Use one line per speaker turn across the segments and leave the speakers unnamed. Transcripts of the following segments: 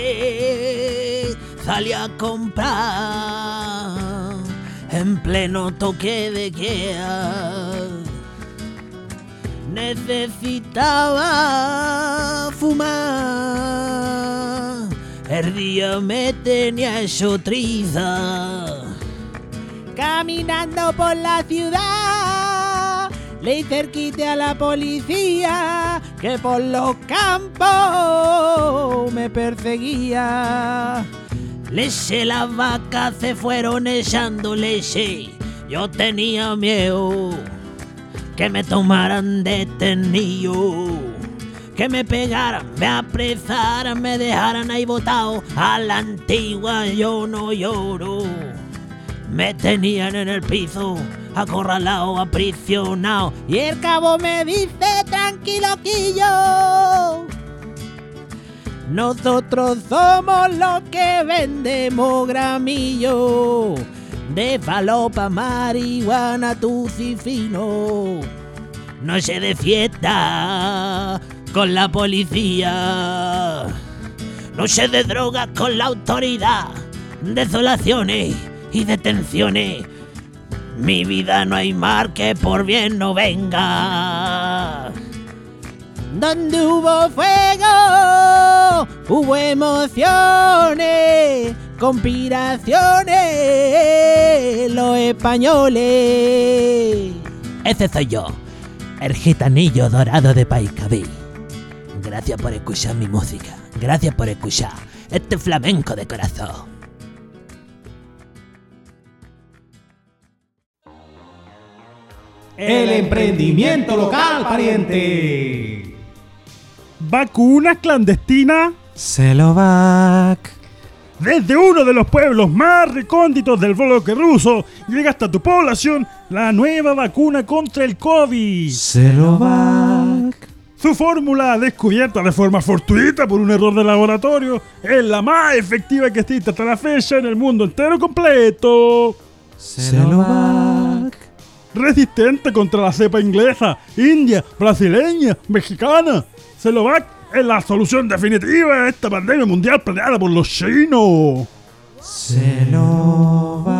Ayer salí a comprar en pleno toque de queda. Necesitaba fumar, el día me tenía hecho triza. Caminando por la ciudad, le cerquite a la policía que por los campos me perseguía. Leche las vacas se fueron echando leche, yo tenía miedo que me tomaran detenido. Que me pegaran, me apresaran, me dejaran ahí botado. A la antigua yo no lloro. Me tenían en el piso, acorralado, aprisionado. Y el cabo me dice, tranquilo, Quillo. Nosotros somos los que vendemos Oh, gramillo. De falopa, marihuana, tucifino. Noche de fiesta con la policía. Noche de drogas con la autoridad. Desolaciones y detenciones. Mi vida no hay mar que por bien no venga. Donde hubo fuego, hubo emociones, conspiraciones, los españoles. Ese soy yo, el gitanillo dorado de Paiscabí. Gracias por escuchar mi música, gracias por escuchar este flamenco de corazón.
El emprendimiento local, pariente.
Vacunas clandestinas
Celovac.
desde uno de los pueblos más recónditos del bloque ruso. Llega hasta tu población la nueva vacuna contra el COVID.
Celovac.
Su fórmula, descubierta de forma fortuita por un error de laboratorio, es la más efectiva que existe hasta la fecha en el mundo entero completo.
Celovac.
Resistente contra la cepa inglesa, india, brasileña, mexicana. Celovac es la solución definitiva a esta pandemia mundial planeada por los chinos.
Celovac.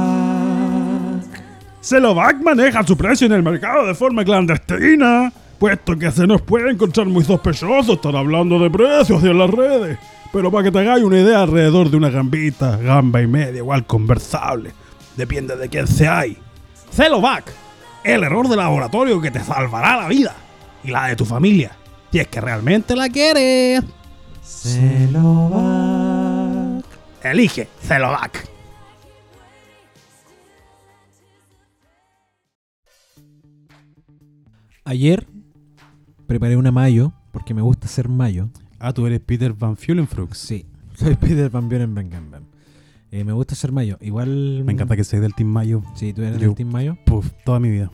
Celovac maneja su precio en el mercado de forma clandestina, puesto que se nos puede encontrar muy sospechoso estar hablando de precios en las redes. Pero para que te hagáis una idea, alrededor de una gambita, gamba y media, igual conversable. Depende de quién seáis. Celovac, el error de laboratorio que te salvará la vida y la de tu familia. Si es que realmente la quieres.
Celovac.
Elige Celovac.
Ayer preparé una mayo, porque me gusta hacer mayo.
Ah, tú eres Peter Van Fulenfrux.
Sí, soy Peter Van Buren Van Gamben. Eh, me gusta hacer mayo. Igual.
Me encanta que seas del Team Mayo.
Sí, tú eres
Yo-
del Team Mayo
Puf, toda mi vida.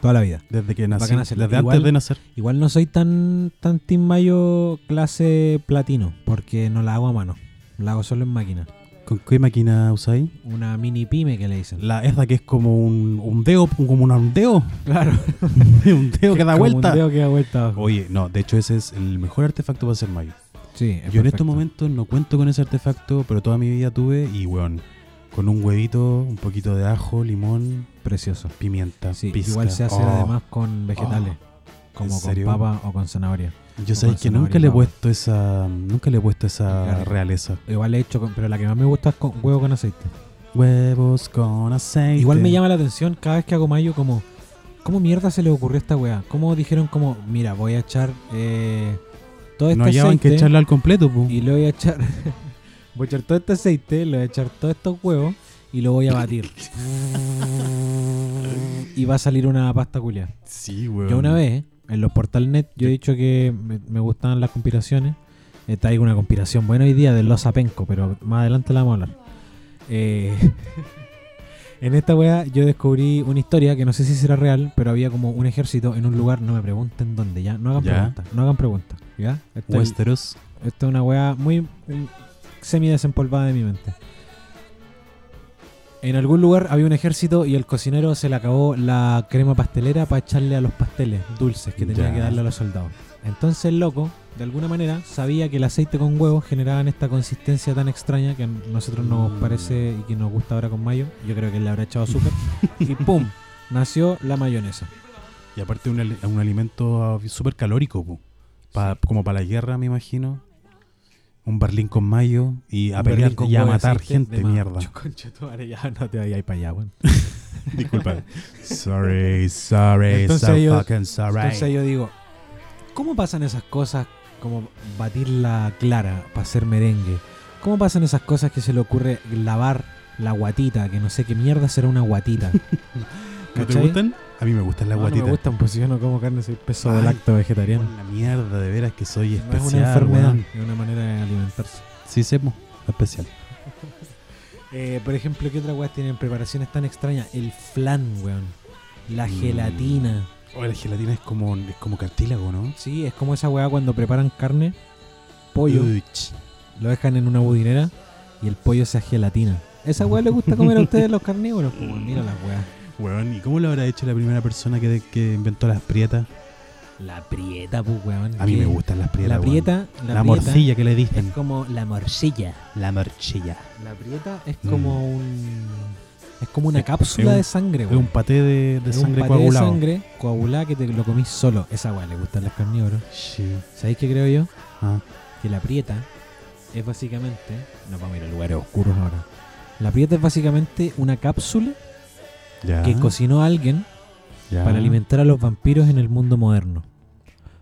toda la vida.
Desde que nací.
Bacán hacerlo.
Desde
Igual-
antes de nacer.
Igual no soy tan, tan Team Mayo clase platino, porque no la hago a mano. La hago solo en máquina.
¿Con qué máquina usáis?
Una mini pyme que le dicen.
La esa que es como un, un dedo, como un dedo.
Claro.
un dedo que da
Como
vuelta.
Un dedo que da vuelta abajo.
Oye, no, de hecho ese es el mejor artefacto para hacer mayo.
Sí, es
Yo en
perfecto.
estos momentos no cuento con ese artefacto, pero toda mi vida tuve y, weón, con un huevito, un poquito de ajo, limón,
Precioso.
pimienta,
Sí,
pizca.
igual se hace
Oh,
además con vegetales. como con
serio?
papa o con zanahoria.
Yo
o
sabéis
con
que
zanahoria
nunca le he
papa.
puesto esa, nunca le he puesto
Qué
esa
rico.
realeza.
Igual he hecho, con- pero la que más me gusta es con huevo con aceite.
Huevos con aceite.
Igual me llama la atención cada vez que hago mayo como... ¿Cómo mierda se le ocurrió a esta weá? ¿Cómo dijeron como, mira, voy a echar eh, todo este
No hallaban
aceite
que echarla al completo, pu.
y le voy a echar... voy a echar todo este aceite, le voy a echar todos estos huevos y lo voy a batir. y va a salir una pasta culia.
Sí, weón.
Yo una vez, en los portalnet, yo he dicho que me, me gustaban las conspiraciones. Eh, traigo una conspiración buena hoy día de los apenco, pero más adelante la vamos a hablar. Eh, en esta wea yo descubrí una historia que no sé si será real, pero había como un ejército en un lugar, no me pregunten dónde, ya, no hagan
Ya.
preguntas, no hagan preguntas, ¿ya? Esto es-
Westeros.
esto es una weá muy mm, semi desempolvada de mi mente. En algún lugar había un ejército y el cocinero se le acabó la crema pastelera para echarle a los pasteles dulces que tenía
Ya.
que darle a los soldados. Entonces el loco, de alguna manera, sabía que el aceite con huevos generaban esta consistencia tan extraña que a nosotros nos
Mm.
parece y que nos gusta ahora con mayo. Yo creo que él le habrá echado azúcar. y ¡pum! Nació la mayonesa.
Y aparte un, al- un alimento súper calórico, po. Pa- como para la guerra, me imagino. Un berlín con mayo y a
Un
pelear
berlín con
y a
huevo de
matar
aceite
gente,
de ma-
mierda.
Concha tu madre, ya no te vayas para allá, weón.
Disculpa. sorry, sorry,
Entonces
so
ellos-
fucking sorry.
Entonces yo digo, ¿cómo pasan esas cosas como batir la clara para hacer merengue? ¿Cómo pasan esas cosas que se le ocurre lavar la guatita? Que no sé qué mierda será una guatita.
¿No te
¿Cachai?
gustan? A mí me gustan las
No, no
guatitas.
me gustan, pues si yo no como carne soy peso
Ay,
de lacto vegetariano.
Con La mierda, de veras que soy
No es
especial.
una enfermedad,
weón.
es una manera de alimentarse.
Sí, sepo. Especial.
Eh, por ejemplo, ¿qué otra weas tienen preparaciones tan extrañas? El flan, weón. La
Mm.
gelatina.
O la gelatina es como, es como cartílago, ¿no?
Sí, es como esa weá cuando preparan carne, pollo.
Uch.
lo dejan en una budinera y el pollo se hace gelatina. ¿Esa weá le gusta comer a ustedes los carnívoros? Pues, weón, mira la weá.
Weón, ¿y cómo lo habrá hecho la primera persona que, que inventó las prietas?
La prieta, pues weón.
A mí
¿qué?
me gustan las prietas.
La
weón.
prieta, la,
La
prieta
morcilla que le dicen.
es como la morcilla.
La morcilla.
La prieta es
Mm.
como un es como una
Es-
cápsula
es un-
de sangre,
Es
weón.
un paté de, de
Es un
sangre
paté
coagulado.
De sangre coagulada que te lo comís solo. Esa weá le gustan los carnívoros.
Sí.
¿Sabéis qué creo yo?
Ah.
que la prieta es básicamente. Nos vamos a ir a lugares oscuros ahora. La prieta es básicamente una cápsula
Ya.
que cocinó alguien
ya.
para alimentar a los vampiros en el mundo moderno.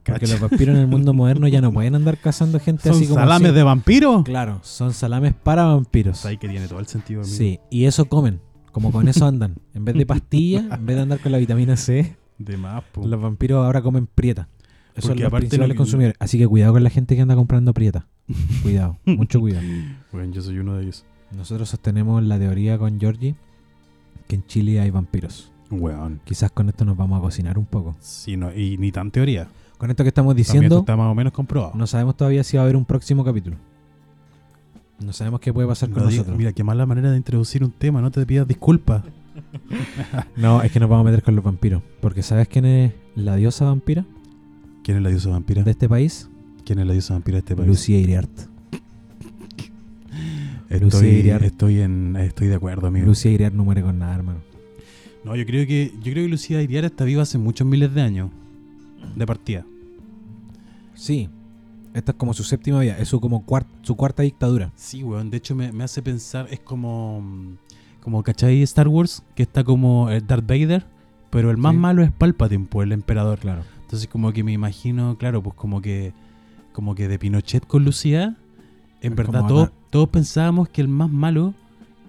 Porque
Cacha.
los vampiros en el mundo moderno ya no pueden andar cazando gente
¿Son
así como.
salames
así.
de vampiro?
Claro, son salames para vampiros.
Ahí que tiene todo el sentido. amigo.
Sí, y eso comen. Como con eso andan. En vez de pastillas, en vez de andar con la vitamina C,
De más, po.
los vampiros ahora comen prieta. Eso
Porque
es los
aparte lo
principales
que-
consumidores. Así que cuidado con la gente que anda comprando prieta. Cuidado, mucho cuidado.
Weón, yo soy uno de ellos.
Nosotros sostenemos la teoría con Georgie que en Chile hay vampiros.
Weón.
Quizás con esto nos vamos a cocinar un poco.
Sí, no, y ni tan teoría.
Con esto que estamos
También esto
diciendo,
está más o menos comprobado.
no sabemos todavía si va a haber un próximo capítulo. No sabemos qué puede pasar con
No diga-
nosotros.
mira, qué mala manera de introducir un tema, no te pidas disculpas.
No, es que nos vamos a meter con los vampiros. Porque ¿sabes quién es la diosa vampira
¿Quién es la diosa vampira?
de este país?
¿Quién es la diosa vampira de este país?
Lucía Iriart. Lucía
Estoy,
Iriarte.
estoy, en, estoy de acuerdo, amigo.
Lucía Iriart no muere con nada, hermano.
No, yo creo que yo creo que Lucía Iriar está viva hace muchos miles de años. De partida.
Sí, esta es como su séptima vida. Es su, como cuar- su cuarta dictadura.
Sí, weón. De hecho, me, me hace pensar, es como. mm, Como, ¿cachai? Star Wars, que está como eh, Darth Vader, pero el más
Sí.
malo es Palpatine, pues, el emperador.
Claro.
Entonces, como que me imagino, claro, pues como que. Como que de Pinochet con Lucía, en
Es
verdad
como
todos,
Adán.
todos pensábamos que el más malo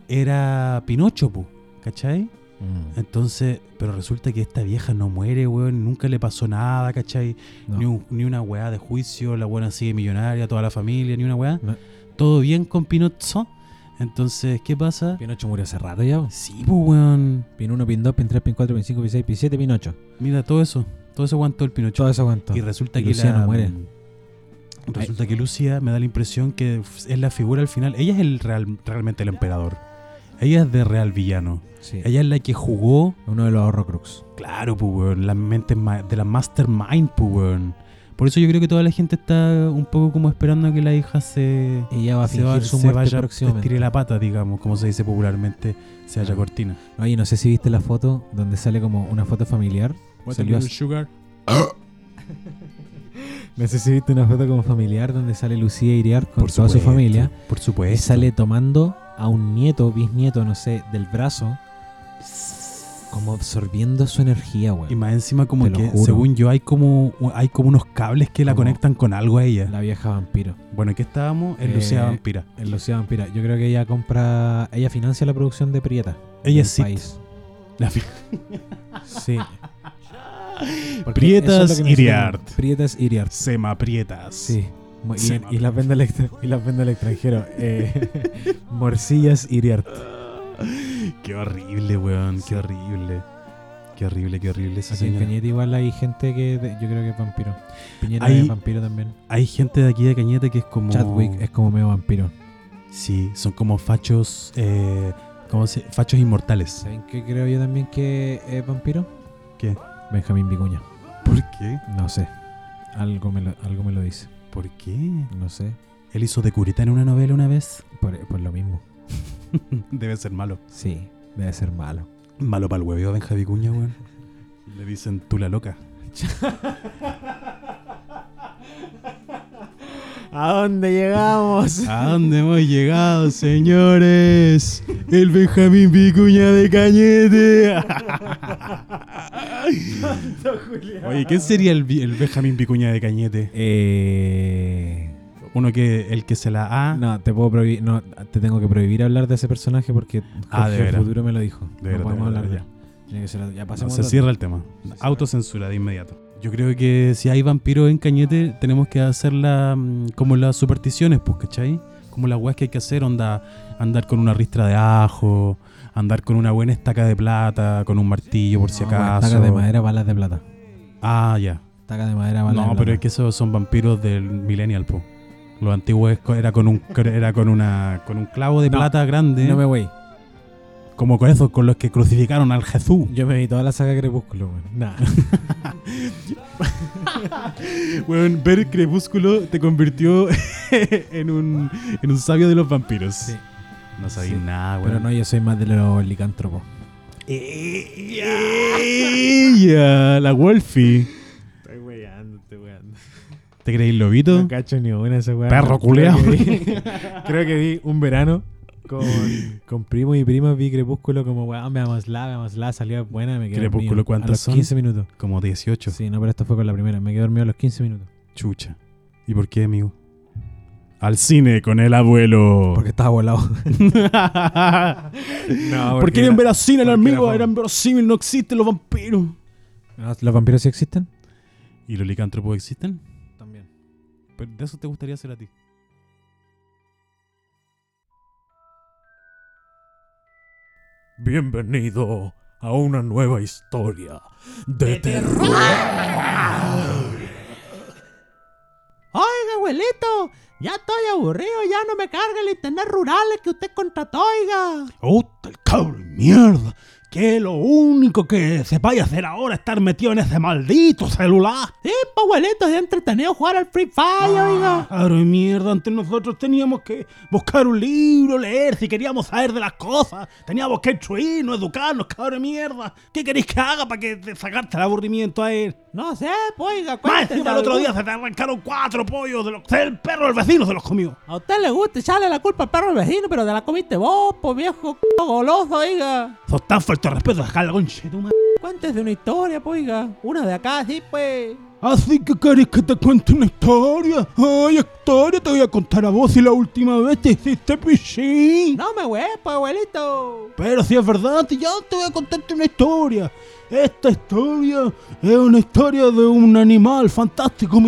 era Pinocho, pues, ¿cachai?
Mm.
Entonces, pero resulta que esta vieja no muere, weón, nunca le pasó nada, ¿cachai?
No.
Ni, un- ni una weá de juicio, la buena sigue millonaria, toda la familia, ni una weá.
No.
Todo bien con Pinocho. Entonces, ¿qué pasa?
Pinocho murió hace rato ya.
Sí, pues, weón.
Pin 1, Pin 2, Pin 3, Pin 4, Pin 5, Pin 6, Pin 7, Pin 8.
Mira, todo eso. Todo eso aguantó el Pinocho.
Todo eso aguantó.
Y resulta
Y
que
Lucía
la- mm,
no muere.
Resulta que Lucía me da la impresión que f- es la figura al final. Ella es el real- realmente el emperador. Ella es de real villano.
Sí.
Ella es la que jugó
Uno de los horrocrux.
Claro, pues, weón. La mente ma- de la mastermind, pues, weón. Por eso yo creo que toda la gente está un poco como esperando que la hija se,
Ella va a
se,
fingir
va-
su
se
muerte
vaya, se
próximamente.
tire la pata, digamos, como se dice popularmente, se vaya
Claro.
cortina.
Oye, no sé si viste la foto donde sale como una foto familiar. Salió hace-
sugar?
no sé si viste una foto como familiar donde sale Lucía Iriar con
Por
toda su
supuesto,
familia.
Por
Y
supuesto.
sale tomando a un nieto, bisnieto, no sé, del brazo. Como absorbiendo su energía,
Y
weón.
más encima como
Te lo
que,
juro.
según yo, hay como hay como unos cables que la
Como-
conectan con algo a ella.
La vieja vampiro.
Bueno, ¿qué estábamos? En
Eh,
Lucía Vampira.
El Lucía Vampira. Yo creo que ella compra. Ella financia la producción de Prieta.
Ella
del
es Sith.
país.
La fi-
Sí.
Prietas
eso es lo que
Iriart.
necesitamos. Prietas Iriart.
Sema Prietas.
Sí. Mo-
Sí,
Y, y las vende al extra- y las vende al extranjero. Eh, morcillas Iriart.
Qué horrible, weón. Qué horrible. Qué horrible, qué horrible esa
Aquí en
señora.
Cañete igual hay gente que de- yo creo que es vampiro. Piñera
Ahí-
es vampiro también.
Hay gente de aquí de Cañete que es como.
Chadwick es como medio vampiro.
Sí, son como fachos. eh, ¿Cómo se Fachos inmortales.
¿Saben qué creo yo también que es vampiro?
¿Qué?
Benjamín Vicuña.
¿Por qué?
No sé. Algo me lo, algo me lo dice.
¿Por qué?
No sé.
Él hizo de curita en una novela una vez.
Por, por lo mismo.
Debe ser malo.
Sí, debe ser malo.
Malo para el hueveo Benja Vicuña, weón. Le dicen tú la loca.
¿A dónde llegamos?
¿A dónde hemos llegado, señores? El Benjamín Vicuña de Cañete. Oye, ¿quién sería el, Vi- el Benjamín Vicuña de Cañete?
Eh,
Uno que el que se la A.
no, Ah, te puedo prohibir, no, te tengo que prohibir hablar de ese personaje porque
Ah, de
Jorge
veras.
futuro me lo dijo.
De veras,
no podemos
de veras,
hablar
de
ya.
veras.
Tiene que ser, ya
No,
pasemos
se
al-
cierra el tema. Autocensura de inmediato. Yo creo que si hay vampiros en Cañete, tenemos que hacerla mm, como las supersticiones, pues, ¿cachai? Como las weas que hay que hacer, onda, andar con una ristra de ajo, andar con una buena estaca de plata, con un martillo por si
No, bueno,
acaso.
Tacas de madera, balas de plata.
Ah, ya.
Tacas de madera, balas de
no,
plata.
pero es que esos son vampiros del Millennial, po. Los antiguos es Pues co- era con un cr- era con una con un clavo de
No,
plata grande,
No me voy.
como con esos con los que crucificaron al Jesús.
Yo me vi toda la saga Crepúsculo, weón. Nah.
Weón, ver Crepúsculo te convirtió en un en un sabio de los vampiros.
Sí.
No sabía
Sí.
nada, weón.
Pero no, yo soy más de los licántropos.
Eh, Ella, la Wolfie.
Estoy weyando, estoy weyando.
¿Te creí lobito?
No cacho ni una esa weá.
Perro
Creo
culeado.
que vi- Creo que vi un verano con, con primo y prima, vi Crepúsculo como weá, veamos la, veamos la, salió buena, me quedé
Crepúsculo,
dormido.
¿cuántas
a los
son?
15 minutos.
Como 18.
Sí, no, pero esto fue con la primera, me quedé dormido a los 15 minutos.
Chucha. ¿Y por qué, amigo? Al cine con el abuelo.
Porque estaba volado. no,
porque era inverosímil,
porque
amigo.
era
Era inverosímil, no existen los vampiros.
No, Ah, ¿Los vampiros sí existen?
¿Y los licántropos existen?
También.
Pero de eso te gustaría hacer a ti.
Bienvenido a una nueva historia de terror.
Oiga, abuelito, ya estoy aburrido, ya no me carga el internet rural que usted contrató, oiga.
¡Uta, el cable, mierda! Que lo único que se vaya a hacer ahora es estar metido en ese maldito celular.
Sí, pues, abuelito, es entretenido jugar al Free Fire, oiga.
Claro, y mierda, antes nosotros teníamos que buscar un libro, leer, si queríamos saber de las cosas. Teníamos que instruirnos, educarnos, cabrón, de mierda. ¿Qué queréis que haga para que te sacarte el aburrimiento a él?
No sé, pues, oiga,
Más
cuénteme
encima el otro
algo.
día se te arrancaron cuatro pollos de los... El perro del vecino se los comió.
A usted le gusta echarle la culpa al perro del vecino, pero te la comiste vos, pues, viejo c***o goloso, oiga.
Sos tan falto de respeto, dejar la concha de tu madre.
Cuéntese una historia, pues, oiga. Una de acá, sí, pues.
Así que querés que te cuente una historia. Ay, historia, te voy a contar a vos si la última vez te hiciste pichín.
No me huepa, abuelito.
Pero si es verdad, ya te voy a contarte una historia. Esta historia es una historia de un animal fantástico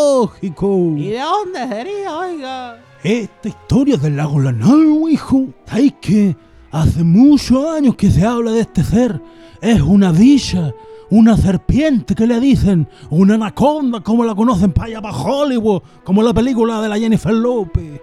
mitológico.
¿Y de dónde sería, oiga?
Esta historia es del lago Lanao, hijo. Sabéis que hace muchos años que se habla de este ser. Es una villa, una serpiente que le dicen, una anaconda como la conocen para allá para Hollywood, como la película de la Jennifer López.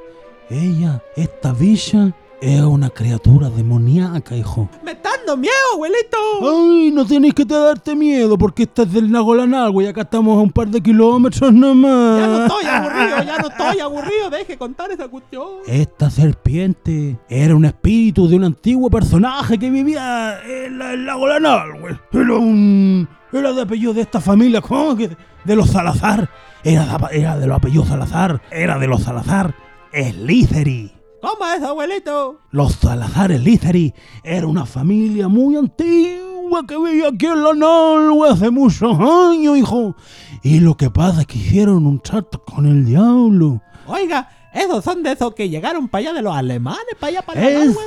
Ah,
Ella, esta villa, es una criatura demoníaca, hijo.
Me está dando miedo, abuelito.
Ay, no tienes que te darte miedo porque este es del Nagolanagua y acá estamos a un par de kilómetros nomás.
Ya no estoy aburrido, ya no estoy aburrido. Deje contar esa cuestión.
Esta serpiente era un espíritu de un antiguo personaje que vivía en, la, en Lago Lanal, güey. Era un. Era de apellido de esta familia, ¿cómo que? De los Salazar. Era de, apa- era de los apellidos Salazar. Era de los Salazar. Slytherin.
¿Cómo es, abuelito?
Los Salazar Slytherin era una familia muy antigua que vivía aquí en la Nalgua hace muchos años, hijo. Y lo que pasa es que hicieron un trato con el diablo.
Oiga, esos son de esos que llegaron para allá de los alemanes, para allá para allá,
Eso.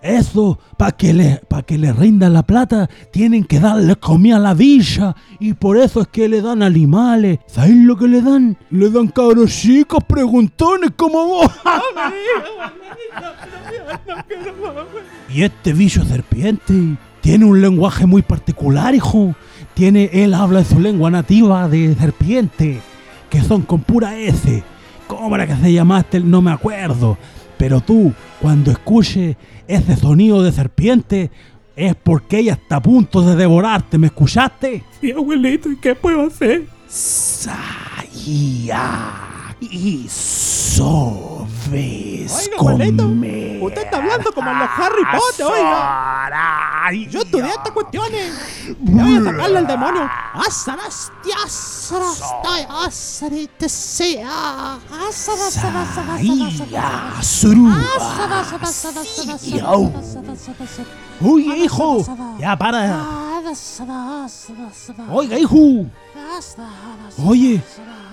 Eso, para que, le- pa' que le rinda la plata, tienen que darle comida a la villa. Y por eso es que le dan animales. ¿Sabéis lo que le dan? Le dan cabros chicos preguntones como vos. y este bicho serpiente tiene un lenguaje muy particular, hijo. Tiene, él habla en su lengua nativa de serpiente, que son con pura S. ¿Cómo era que se llamaste? No me acuerdo. Pero tú, cuando escuches ese sonido de serpiente, es porque ella está a punto de devorarte. ¿Me escuchaste?
Sí, abuelito, ¿y qué puedo hacer?
Saía y sobes
Oiga, abuelito, usted está hablando como en los Harry Potter, oiga. Yo estudié estas cuestiones. Me voy a sacarle al demonio. Azarastia, azarastai, azarite, sea.
Saía Oye, hijo, ya para. Oiga, hijo. Oye,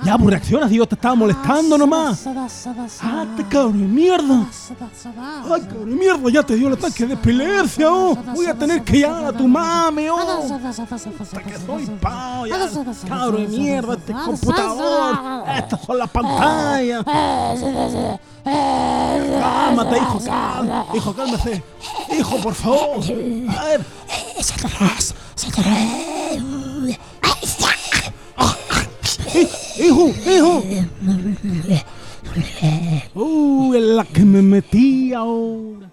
ya pues reaccionas, Dios te estaba molestando nomás. Ah, te cabrón de mierda. Ay, cabrón de mierda, ya te dio el ataque de epilepsia, oh. Voy a tener que llamar a tu mami, oh. Que soy pao, ya. Cabrón de mierda, este computador. Estas son las pantallas. Cálmate, hijo, cálmate. Hijo, cálmese. Hijo, por favor. A ver. Hijo, hijo. Uh, en la que me metí ahora.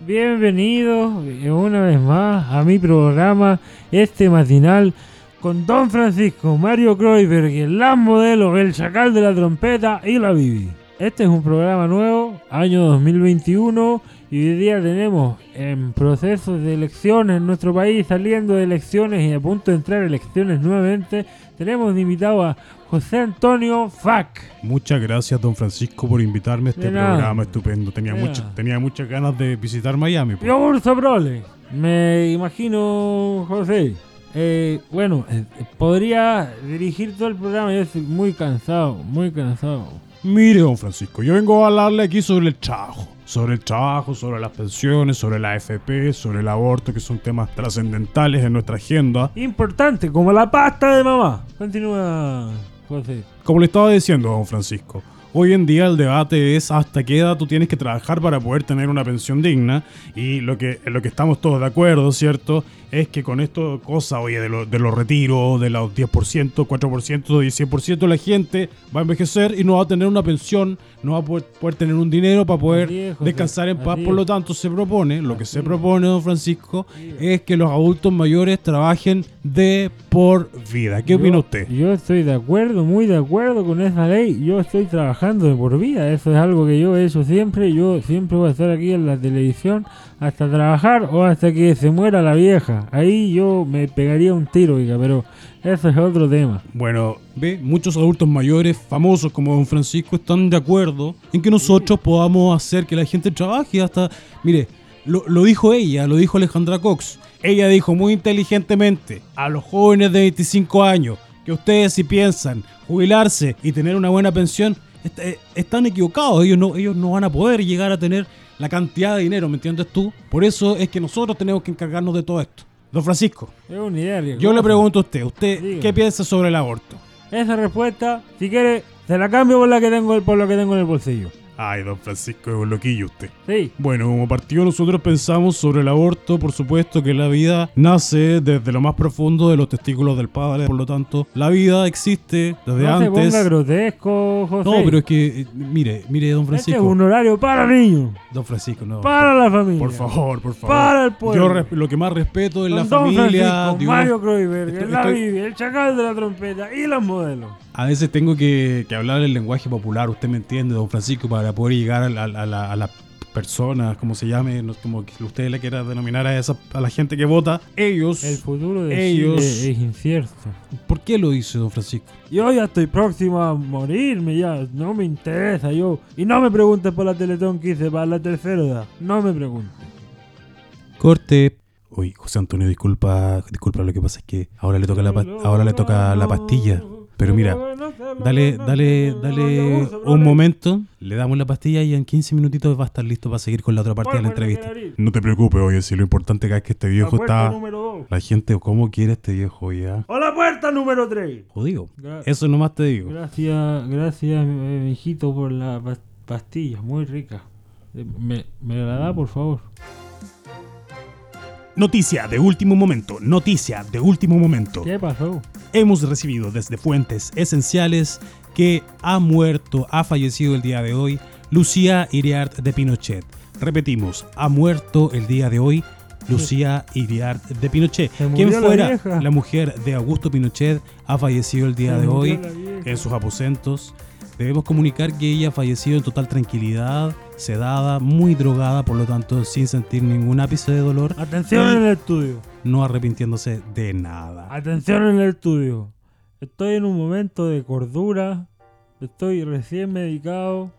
Bienvenidos eh, una vez más a mi programa, este matinal, con Don Francisco, Mario Kreuzberg, el Las Modelo, el Chacal de la Trompeta y la Bibi. Este es un programa nuevo, año 2021, y hoy día tenemos en proceso de elecciones en nuestro país, saliendo de elecciones y a punto de entrar elecciones nuevamente, tenemos de invitado a José Antonio Fac.
Muchas gracias, don Francisco, por invitarme a este
De nada.
programa estupendo. Tenía,
De
mucho,
nada.
tenía muchas ganas de visitar Miami. po.
Yo Urso Prole, me imagino, José. Eh, bueno, eh, podría dirigir todo el programa, yo estoy muy cansado, muy cansado.
Mire, don Francisco, yo vengo a hablarle aquí sobre el trabajo. Sobre el trabajo, sobre las pensiones, sobre la AFP, sobre el aborto, que son temas trascendentales en nuestra agenda.
Importante, como la pasta de mamá. Continúa, José.
Como le estaba diciendo, don Francisco, hoy en día el debate es hasta qué edad tú tienes que trabajar para poder tener una pensión digna. Y lo que, en lo que estamos todos de acuerdo, ¿cierto? Es que con esto, cosa, oye, de, lo- de los retiros, de los 10%, 4% y 100%, la gente va a envejecer y no va a tener una pensión, no va a poder, poder tener un dinero para poder
Así es, José,
descansar en paz.
así
Por lo
es.
tanto, se propone, lo que se propone, don Francisco, es que los adultos mayores trabajen de por vida. ¿Qué
Yo-
opina usted?
Yo estoy de acuerdo, muy de acuerdo con esa ley. Yo estoy trabajando de por vida. Eso es algo que yo he hecho siempre. Yo siempre voy a estar aquí en la televisión hasta trabajar o hasta que se muera la vieja. Ahí yo me pegaría un tiro, oiga, pero eso es otro tema.
Bueno, ve, muchos adultos mayores famosos como Don Francisco están de acuerdo en que nosotros podamos hacer que la gente trabaje hasta... Mire, lo, lo dijo ella, lo dijo Alejandra Cox. Ella dijo muy inteligentemente a los jóvenes de 25 años que ustedes si piensan jubilarse y tener una buena pensión, est- eh, están equivocados. Ellos no, ellos no van a poder llegar a tener la cantidad de dinero, ¿me entiendes tú? Por eso es que nosotros tenemos que encargarnos de todo esto. Don Francisco,
Es una idea. riesgosa.
yo le pregunto a usted, ¿usted qué
Dígame.
piensa sobre el aborto?
Esa respuesta, si quiere, se la cambio por la que tengo, por lo que tengo en el bolsillo.
Ay, don Francisco, es un loquillo usted.
Sí.
Bueno, como partido nosotros pensamos sobre el aborto, por supuesto que la vida nace desde lo más profundo de los testículos del padre, por lo tanto, la vida existe desde
no se
antes.
ponga grotesco, José.
no, pero es que, eh, mire, mire, don
Este
Francisco.
es un horario para niños,
Don Francisco, no.
para la familia.
Por favor, por favor.
Para el pueblo.
Yo res- lo que más respeto es la
Con Don
familia.
Francisco,
Dios.
Mario Kreuzberg,
Estoy-
el la
estoy-
Bibi, el chacal de la trompeta y los modelos.
A veces tengo que, que hablar el lenguaje popular, usted me entiende, don Francisco, para poder llegar a la, a la- a la persona, como se llame, no- como que usted le quiera denominar a, esa, a la gente que vota. Ellos,
El futuro de
Ellos-
Chile es incierto.
¿por qué lo dice don Francisco?
Yo ya estoy próximo a morirme, ya no me interesa yo. Y no me preguntes por la Teletón que hice para la tercera edad. No me preguntes.
Corte. Uy, José Antonio, disculpa, disculpa, lo que pasa es que ahora le toca la, pas- ahora le toca la pastilla. Pero mira, dale, dale, dale un momento, le damos la pastilla y en 15 minutitos va a estar listo para seguir con la otra parte de la entrevista. No te preocupes, oye, si lo importante acá es que este
La
viejo
puerta
está...
número 2.
La gente, ¿cómo quiere este viejo ya?
O la puerta número 3.
Jodido. Eso nomás te digo.
Gracias, gracias, eh, mijito, por la pas- pastilla, muy rica. Eh, Me, me la da, por favor.
Noticia de último momento, noticia de último momento.
¿Qué pasó?
hemos recibido desde fuentes esenciales que ha muerto, ha fallecido el día de hoy Lucía Iriart de Pinochet. Repetimos, ha muerto el día de hoy Lucía Iriart de Pinochet.
Se murió
Quien
la
fuera
vieja.
la mujer de Augusto Pinochet ha fallecido el día
Se
de
murió
hoy
la vieja.
en sus aposentos. Debemos comunicar que ella ha fallecido en total tranquilidad, sedada, muy drogada, por lo tanto sin sentir ningún ápice de dolor,
Atención en el estudio.
no arrepintiéndose de nada.
Atención en el estudio. Estoy en un momento de cordura. Estoy recién medicado.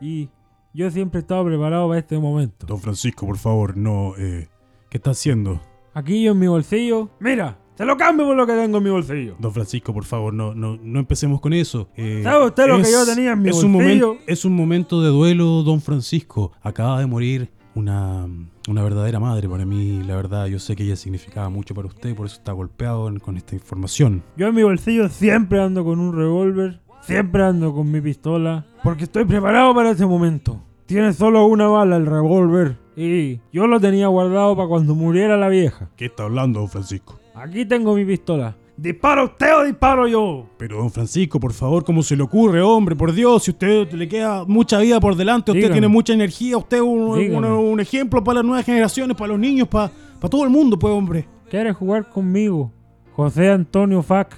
Y yo siempre he estado preparado para este momento.
Don Francisco, por favor, no. eh, ¿Qué está haciendo?
Aquí yo en mi bolsillo. Mira, te lo cambio por lo que tengo en mi bolsillo.
Don Francisco, por favor, no, no, no empecemos con eso. Eh,
¿Sabe usted lo que yo tenía en mi
es un,
bolsillo?
momento, es un momento de duelo, don Francisco. Acaba de morir una, una verdadera madre para mí. La verdad, yo sé que ella significaba mucho para usted, por eso está golpeado en- con esta información.
Yo en mi bolsillo siempre ando con un revólver, siempre ando con mi pistola, porque estoy preparado para ese momento. Tiene solo una bala el revólver y yo lo tenía guardado para cuando muriera la vieja.
¿Qué está hablando, don Francisco?
Aquí tengo mi pistola. ¿Dispara usted o disparo yo?
Pero, don Francisco, por favor, ¿cómo se le ocurre, hombre? Por Dios, si usted le queda mucha vida por delante, usted
Dígame.
tiene mucha energía, usted es un,
Dígame.
un- un ejemplo para las nuevas generaciones, para los niños, para, para todo el mundo, pues, hombre.
¿Quieres jugar conmigo? José Antonio Fac,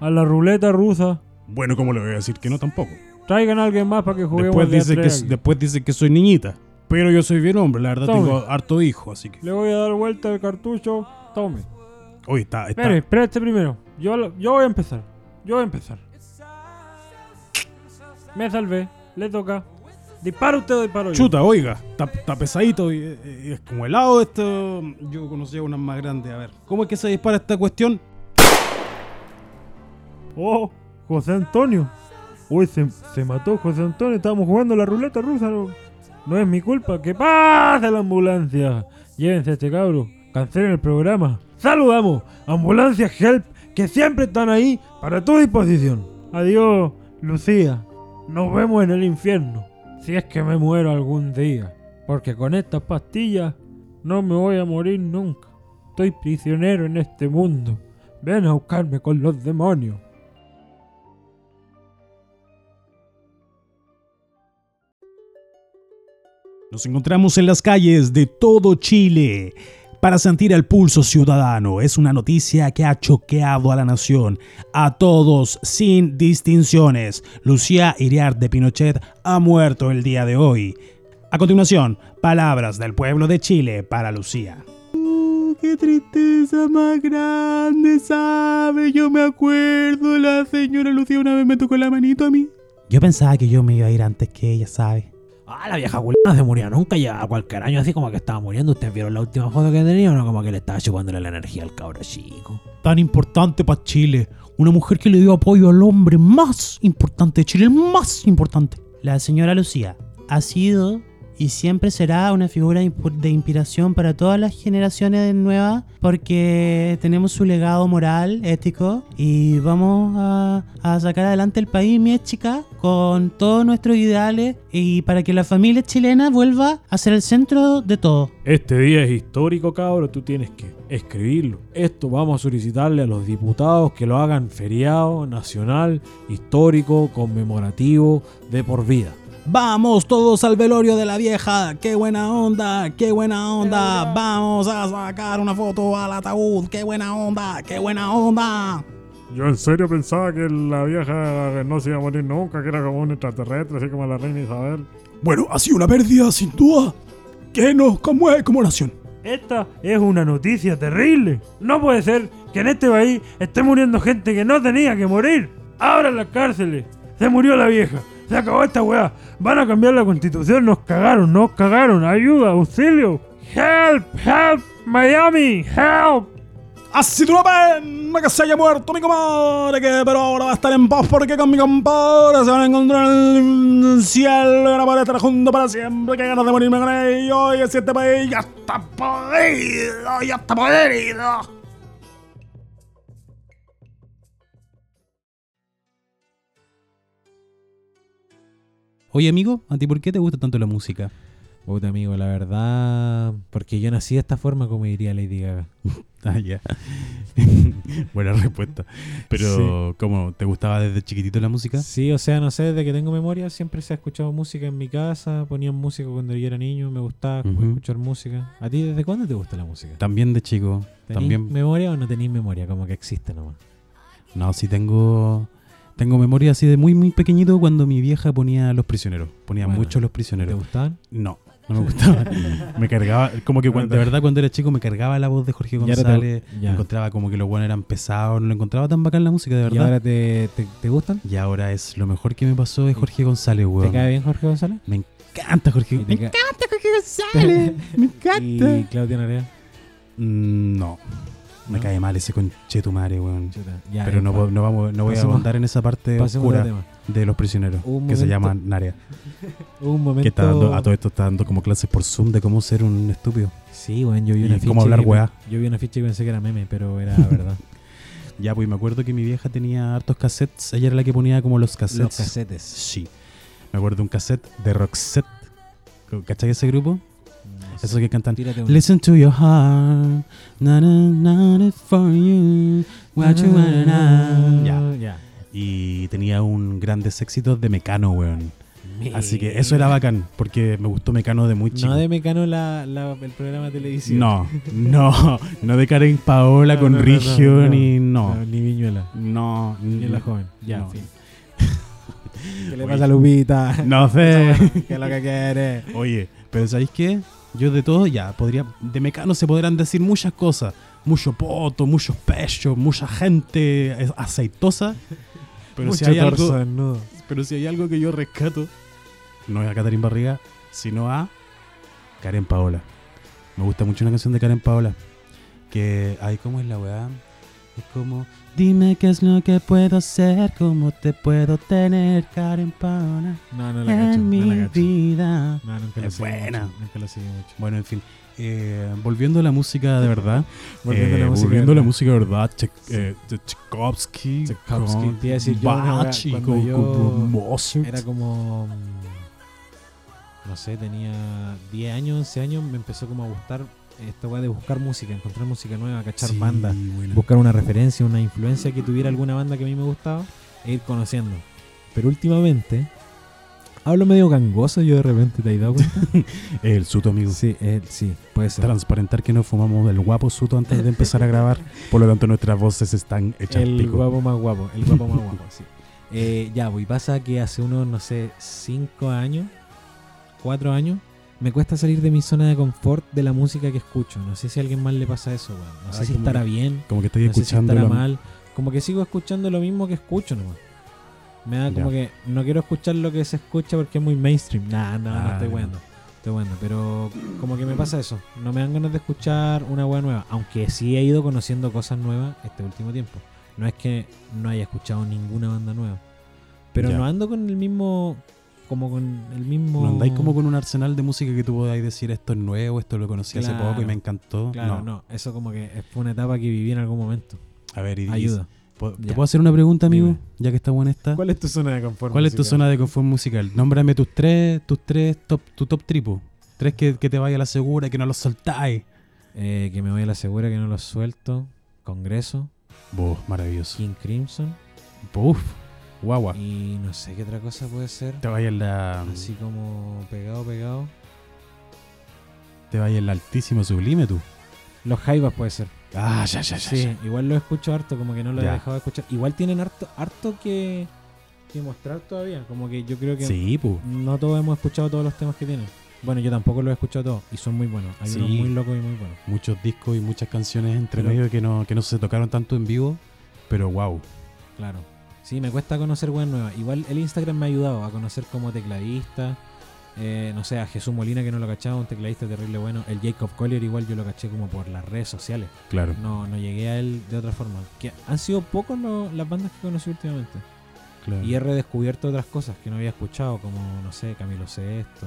a la ruleta rusa.
Bueno, ¿cómo le voy a decir que no tampoco?
Traigan a alguien más para que juguemos
Después
de a
dice, que,
tres aquí.
después dice que soy niñita. Pero yo soy bien hombre, la verdad
Tome.
tengo harto hijo, así que.
Le voy a dar vuelta al cartucho. Tome.
Oye, está. está-
Espere, espere este primero. Yo, lo- yo voy a empezar. Yo voy a empezar. Me salvé. Le toca. Dispara usted o disparo yo.
Chuta, oiga, está, está pesadito y, y es como helado esto. Yo conocía unas más grandes. A ver, ¿cómo es que se dispara esta cuestión?
Oh, José Antonio. Uy, se, se mató José Antonio. Estábamos jugando la ruleta rusa. No, no es mi culpa. ¡Que pase la ambulancia! Llévense a este cabro. Cancelen el programa. Saludamos. Ambulancia Help, que siempre están ahí para tu disposición. Adiós, Lucía. Nos vemos en el infierno. Si es que me muero algún día. Porque con estas pastillas no me voy a morir nunca. Estoy prisionero en este mundo. Ven a buscarme con los demonios.
Nos encontramos en las calles de todo Chile para sentir el pulso ciudadano. Es una noticia que ha choqueado a la nación, a todos, sin distinciones. Lucía Iriart de Pinochet ha muerto el día de hoy. A continuación, palabras del pueblo de Chile para Lucía. Uh, ¡Qué tristeza más grande, sabe! Yo me acuerdo, la señora Lucía una vez me tocó la manito a mí. Yo pensaba que yo me iba a ir antes que ella, ¿sabe?
Ah, la vieja culina se murió nunca, ya a cualquier año así como que estaba muriendo. ¿Ustedes vieron la última foto que tenía o no? Como que le estaba chupándole la energía al cabro chico.
tan importante para Chile. Una mujer que le dio apoyo al hombre más importante de Chile, el más importante. La señora Lucía ha sido y siempre será una figura de impu- de inspiración para todas las generaciones nuevas porque tenemos su legado moral, ético y vamos a, a sacar adelante el país, mi chica, con todos nuestros ideales y para que la familia chilena vuelva a ser el centro de todo.
Este día es histórico, cabro. Tú tienes que escribirlo. Esto vamos a solicitarle a los diputados que lo hagan feriado nacional, histórico, conmemorativo, de por vida.
Vamos todos al velorio de la vieja. Qué buena onda, qué buena onda. Vamos a sacar una foto al ataúd. Qué buena onda, qué buena onda.
Yo en serio pensaba que la vieja no se iba a morir nunca, que era como un extraterrestre, así como la reina Isabel.
Bueno, ha sido una pérdida, sin duda, que nos conmueve como nación.
Esta es una noticia terrible. No puede ser que en este país esté muriendo gente que no tenía que morir. Abran las cárceles. Se murió la vieja. Se acabó esta weá. Van a cambiar la constitución. Nos cagaron, nos cagaron. Ayuda, auxilio. Help, help, Miami, help.
Así sido una pena que se haya muerto mi compadre, que pero ahora va a estar en paz porque con mi compadre se van a encontrar en el cielo y van a poder estar juntos para siempre. Qué ganas de morirme con ellos. Y si este país ya está podrido, ya está podrido.
Oye, amigo, ¿a ti por qué te gusta tanto la música?
Puta amigo, la verdad. Porque yo nací de esta forma, como diría Lady Gaga.
Ah, ya. Buena respuesta. Pero, ¿cómo? ¿Te gustaba desde chiquitito la música?
Sí, o sea, no sé, desde que tengo memoria siempre se ha escuchado música en mi casa. Ponían música cuando yo era niño, me gustaba
Ujú.
escuchar música. ¿A ti desde cuándo te gusta la música?
También de chico.
¿Tenís
También.
memoria o no tenéis memoria? Como que existe nomás.
No, sí tengo. Tengo memoria así de muy, muy pequeñito cuando mi vieja ponía Los Prisioneros. Ponía
Bueno.
mucho Los
¿Te
Prisioneros.
gustaban?
No, no me gustaba. me cargaba. Como que cuando- de verdad cuando era chico me cargaba la voz de Jorge
ahora te-
González.
ya.
Encontraba como que los buenos eran pesados. No lo encontraba tan bacán la música, de
¿Y
verdad.
ahora te, te, te gustan?
Y ahora es lo mejor que me pasó de Jorge González,
¿Te
weón.
cae bien Jorge González?
Me encanta Jorge
Y te
González.
ca-
Dale, me
¿Y
encanta.
Claudia Narea?
Mm, No. Me
¿No?
cae mal ese conchetumare, weón.
Chuta, ya,
Pero
eh,
no,
pa-
puedo- no, vamos, no voy
pasemos-
a ahondar en esa parte
pasemos
oscura
al tema.
de los prisioneros, que
Un
se
momento.
llama Narea.
Hubo un momento.
Que está dando, a todo esto está dando como clases por Zoom de cómo ser un estúpido.
Sí, bueno, yo vi
¿Y
una
cómo
ficha.
hablar,
que-
weá?
Yo vi una ficha y pensé que era meme, pero era verdad.
Ya, pues me acuerdo que mi vieja tenía hartos cassettes. Ella era la que ponía como los
Los
cassettes.
casetes.
Sí. Me acuerdo de un cassette de Roxette. ¿Cachai ese grupo? Eso que cantan.
Tírate un.
Listen to your heart. Na, na, na, na, for you. What you wanna know. Ya.
Ya.
y tenía un grandes éxitos de Mecano, weón. Así que eso era bacán, porque me gustó Mecano de muy chico.
No de Mecano la, la- el programa televisivo.
no, no, no de Karen Paola
No,
con
no, no,
Rigio
no, no.
ni no.
Ni Viñuela.
No,
Ni la joven. Ya,
No.
en fin. ¿Qué le
Oye.
pasa a Lupita?
No sé.
¿Qué es lo que quiere?
Oye, pero ¿sabéis qué? Yo de todo ya, podría de Mecano se podrán decir muchas cosas, mucho poto, muchos pechos, mucha gente eh, aceitosa. Pero si
Mucho
hay algo,
torso desnudo.
Pero si hay algo que yo rescato, no es a Catarín Barriga, sino a Karen Paola. Me gusta mucho una canción de Karen Paola. Que, ay, ¿cómo es la weá? Es como, dime qué es lo que puedo ser, cómo te puedo tener, Karen Paola,
No, no la cacho.
en mi
No la cacho.
vida.
No, nunca la
ah, Es
seguí
buena.
mucho, Nunca la seguí mucho.
Bueno, en fin. eh, volviendo a la música de verdad.
Volviendo a la
eh,
música
volviendo
de
a la
verdad.
música de verdad. Che- eh, de Tchaikovsky.
Tchaikovsky,
con
te iba a decir yo una weá,
Bach y
cuando
con-
yo
con Mozart.
Era como. mm, No sé, tenía 10 años, 11 años. Me empezó como a gustar esta weá de buscar música, encontrar música nueva, cachar
Sí,
bandas.
buena.
buscar una referencia, una influencia que tuviera alguna banda que a mí me gustaba e ir conociendo. Pero últimamente, hablo medio gangoso yo de repente, ¿te has dado cuenta?
El suto amigo.
sí, eh, sí, puede ser.
transparentar que no fumamos el guapo suto antes de empezar a grabar. Por lo tanto, nuestras voces están hechas
El
pico.
guapo más guapo, el guapo más guapo, sí. Eh, ya, voy, pasa que hace unos, no sé, 5 años, 4 años, me cuesta salir de mi zona de confort de la música que escucho. No sé si a alguien más le pasa eso, weón. No sé
Ay,
si
Ah, como
estará bien.
Como que estoy
no sé si
escuchando.
estará
la-
mal. Como que sigo escuchando lo mismo que escucho nomás. Me da como que no quiero escuchar lo que se escucha porque es muy mainstream. Nah, no, no
Ah,
estoy
no.
bueno. Estoy bueno, pero como que me pasa eso. No me dan ganas de escuchar una hueá nueva. Aunque sí he ido conociendo cosas nuevas este último tiempo. No es que no haya escuchado ninguna banda nueva. Pero
Ya.
no ando con el mismo. Como con el mismo.
No andáis como con un arsenal de música que tú podáis decir esto es nuevo, esto lo conocí hace
Claro.
poco y me encantó.
Claro, no. Eso como que fue una etapa que viví en algún momento.
A ver, y,
Ayuda.
y- ¿po- ¿te
Ya.
puedo hacer una pregunta, amigo?
Dime.
Ya que está buena esta. ¿Cuál,
¿Cuál es tu zona de confort?
es tu zona de confort musical? Nómbrame tus tres, tus tres top, tu top tripo. Tres que, que te vaya a la segura, que no los soltáis.
Eh, que me voy a la segura que no los suelto. Congreso,
Vos, maravilloso.
King Crimson
Uf, guagua.
y no sé qué otra cosa puede ser.
Te vaya en la.
Así como pegado, pegado.
Te vaya en la altísimo sublime tú.
Los Jaivas puede ser.
Ah, ya, ya, ya. ya.
Sí, igual lo escucho harto, como que no lo
Ya.
he dejado de escuchar. Igual tienen harto, harto que, que mostrar todavía. Como que yo creo que
Sí, pu.
no todos hemos escuchado todos los temas que tienen. Bueno, yo tampoco los he escuchado todos y son muy buenos. Hay
Sí.
unos muy locos y muy buenos.
Muchos discos y muchas canciones entre
Pero-
medio que no, que no se tocaron tanto en vivo, pero wow.
Claro. Sí, me cuesta conocer weas nuevas. Igual el Instagram me ha ayudado a conocer como tecladista. eh, no sé, a Jesús Molina que no lo cachaba, un tecladista terrible bueno. El Jacob Collier igual yo lo caché como por las redes sociales.
Claro.
No, no llegué a él de otra forma. Que han sido pocos lo- las bandas que conocí últimamente.
claro.
Y he redescubierto otras cosas que no había escuchado, como, no sé, Camilo Sesto,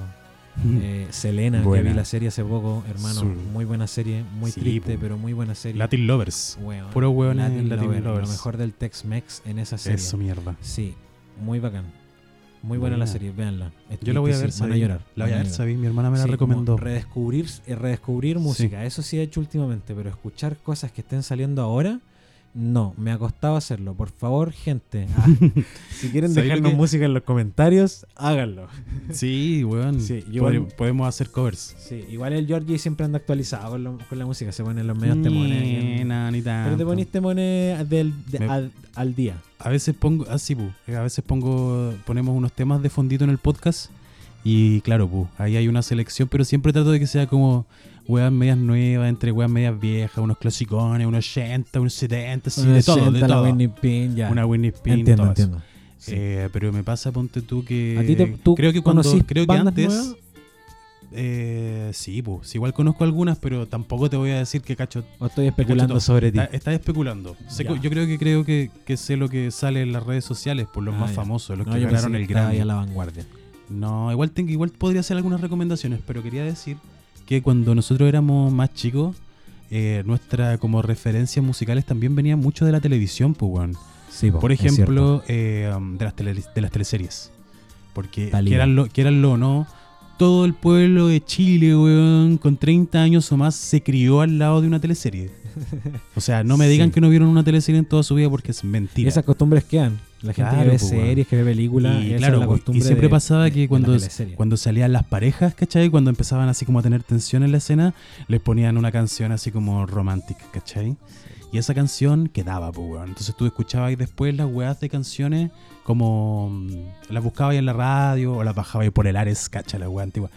eh, Selena,
Mm. Buena.
que vi la serie hace poco, hermano.
Su-
Muy buena serie, muy
Sí,
triste,
po.
pero muy buena serie.
Latin Lovers.
Weón,
Puro weón en Latin
Lover,
Lovers.
Lo mejor del Tex-Mex en esa serie.
Eso, mierda.
Sí, muy bacán. Muy buena, la
Buena.
serie, véanla. Es
Yo la voy a ver,
tristísima, van a
sabí.
llorar.
La voy a
van
ver,
llorar.
sabí. Mi hermana me la
Sí, como
recomendó.
Redescubrir, eh, redescubrir música. Eso sí he hecho últimamente, pero escuchar cosas que estén saliendo ahora, no, me ha costado hacerlo. Por favor, gente, ah, si quieren
¿Sabéis lo
dejarnos
que-
música en los comentarios, háganlo.
Sí, weón.
Sí, yo
Podri-
igual-
Podemos hacer covers.
Sí, igual el Georgie siempre anda actualizado con, lo- con la música, se pone en los medios temones.
Ni-
en-
no, ni
Pero te
tanto.
pones temones del, de-
Me-
al, al día.
A veces pongo, ah, sí, pu, a veces pongo, ponemos unos temas de fondito en el podcast y claro, pu, ahí hay una selección, pero siempre trato de que sea como weas medias nuevas, entre weas medias viejas, unos clasicones, unos 80, unos 70, sí, de todo, de
Sienta la
todo.
Whitney Pin, ya.
Una Winnie Pin,
entiendo,
todo eso.
entiendo. sí.
Eh, pero me pasa, ponte tú que...
¿A ti te- tú
creo que cuando,
conocís
creo que
bandas
antes...
nuevas?
Eh, sí, pues, igual conozco algunas, pero tampoco te voy a decir que cacho Ah,
O estoy especulando
Escucho
sobre ti.
Está- Estás especulando. Sé
Ya.
cu- yo creo que creo que, que sé lo que sale en las redes sociales por los
Ah,
más
ya.
famosos, los
No,
que
yo pensé
ganaron
que
el
estaba
Grammy.
ahí a la vanguardia.
No, igual tengo, igual podría hacer algunas recomendaciones, pero quería decir que cuando nosotros éramos más chicos, eh, nuestra como referencias musicales también venían mucho de la televisión, pues weón.
Sí, po,
Por
es cierto.
ejemplo, eh, um, de, las tele- de las teleseries. Porque
Talía.
quieranlo, quieranlo o no, todo el pueblo de Chile, weón, con 30 años o más, se crió al lado de una teleserie. O sea, no me digan
Sí.
que no vieron una teleserie en toda su vida porque es
Y
mentira.
esas costumbres quedan. La gente que
Claro,
ve
po, weón.
series, que ve películas,
Y
esa
claro,
es la
pues,
costumbre
y siempre
de-
pasaba
de- de
que cuando,
las teleseries.
cuando salían las parejas, ¿cachai? Cuando empezaban así como a tener tensión en la escena, les ponían una canción así como romántica, ¿cachai? Y esa canción quedaba, pues, weón. Entonces tú escuchabas y después las weas de canciones como mm, las buscabas ahí en la radio o las bajabas ahí por el Ares, ¿cachai? La wea antigua.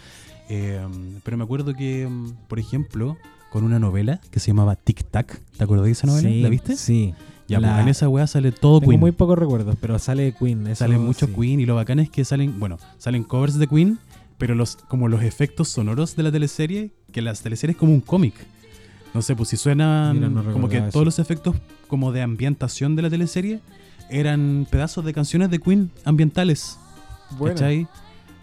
Eh, pero me acuerdo que, mm, por ejemplo, con una novela que se llamaba Tic Tac, ¿te acordás de esa novela?
Sí,
¿La viste?
Sí.
Ya,
La-
pues, en esa wea sale todo
Tengo
Queen.
muy pocos recuerdos, pero sale Queen. eso
Eh, Sale mucho
Oh, sí.
Queen y lo bacán es que salen, bueno, salen covers de Queen, pero los como los efectos sonoros de la teleserie, que las teleseries es como un cómic. No sé, pues si suenan
Mira, no
como que
recordaba eso.
todos los efectos como de ambientación de la teleserie eran pedazos de canciones de Queen ambientales,
Bueno,
¿cachai?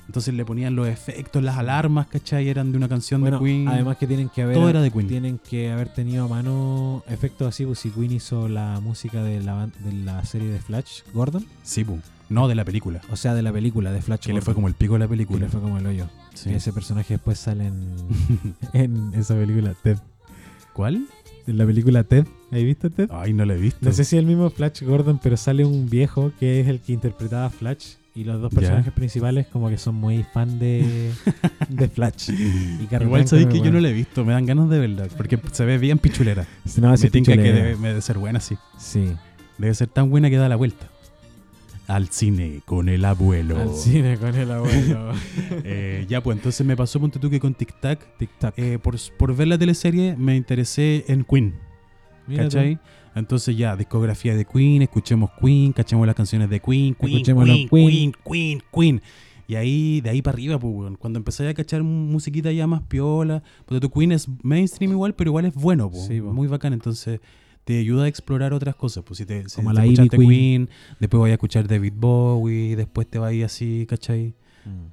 Entonces le ponían los efectos, las alarmas, ¿cachai? Eran de una canción
bueno,
de Queen.
además que tienen que haber
todo era de Queen.
tienen que haber tenido a mano efectos así, pues si Queen hizo la música de la, ban- de la serie de Flash Gordon,
Sí, pu. no de la película.
o sea, de la película de Flash
Que le
Gordon,
fue como el pico de la
que le
película.
fue como el hoyo.
Sí.
Que ese personaje después sale en, en esa película Ted.
¿Cuál?
En la película Ted, ¿ahí viste Ted?
Ay, no la he visto.
No sé si es el mismo Flash Gordon, pero sale un viejo que es el que interpretaba a Flash. Y los dos
Ya.
personajes principales como que son muy fan de, de Flash. Y que arreglan
Igual sabéis
con
que
el
yo no
weón.
la he visto, me dan ganas de verla, porque se ve bien pichulera.
Sí, no, sí,
me tinca que
pichulera.
debe, debe ser buena, sí.
Sí.
Debe ser tan buena que da la vuelta. Al cine con el abuelo.
Al cine con el abuelo.
Eh, ya, pues entonces me pasó, ponte tú que con Tic Tac,
Tic Tac.
eh, por, por ver la teleserie me interesé en Queen,
Mira tú.
¿cachai? Entonces ya, discografía de Queen, escuchemos Queen, cachemos las canciones de Queen, Queen, Queen,
Escuchémoslo,
Queen, Queen, Queen, Y ahí, de ahí para arriba, pues, weón. Cuando empecé a cachar musiquita ya más piola, porque tu Queen es mainstream igual, pero igual es bueno, pues.
Sí, po.
Muy bacán, entonces te ayuda a explorar otras cosas, pues. Si te, si
Como
te
la Ivy
escuchaste
Queen.
después vas a escuchar David Bowie, después te vas así, ¿cachai?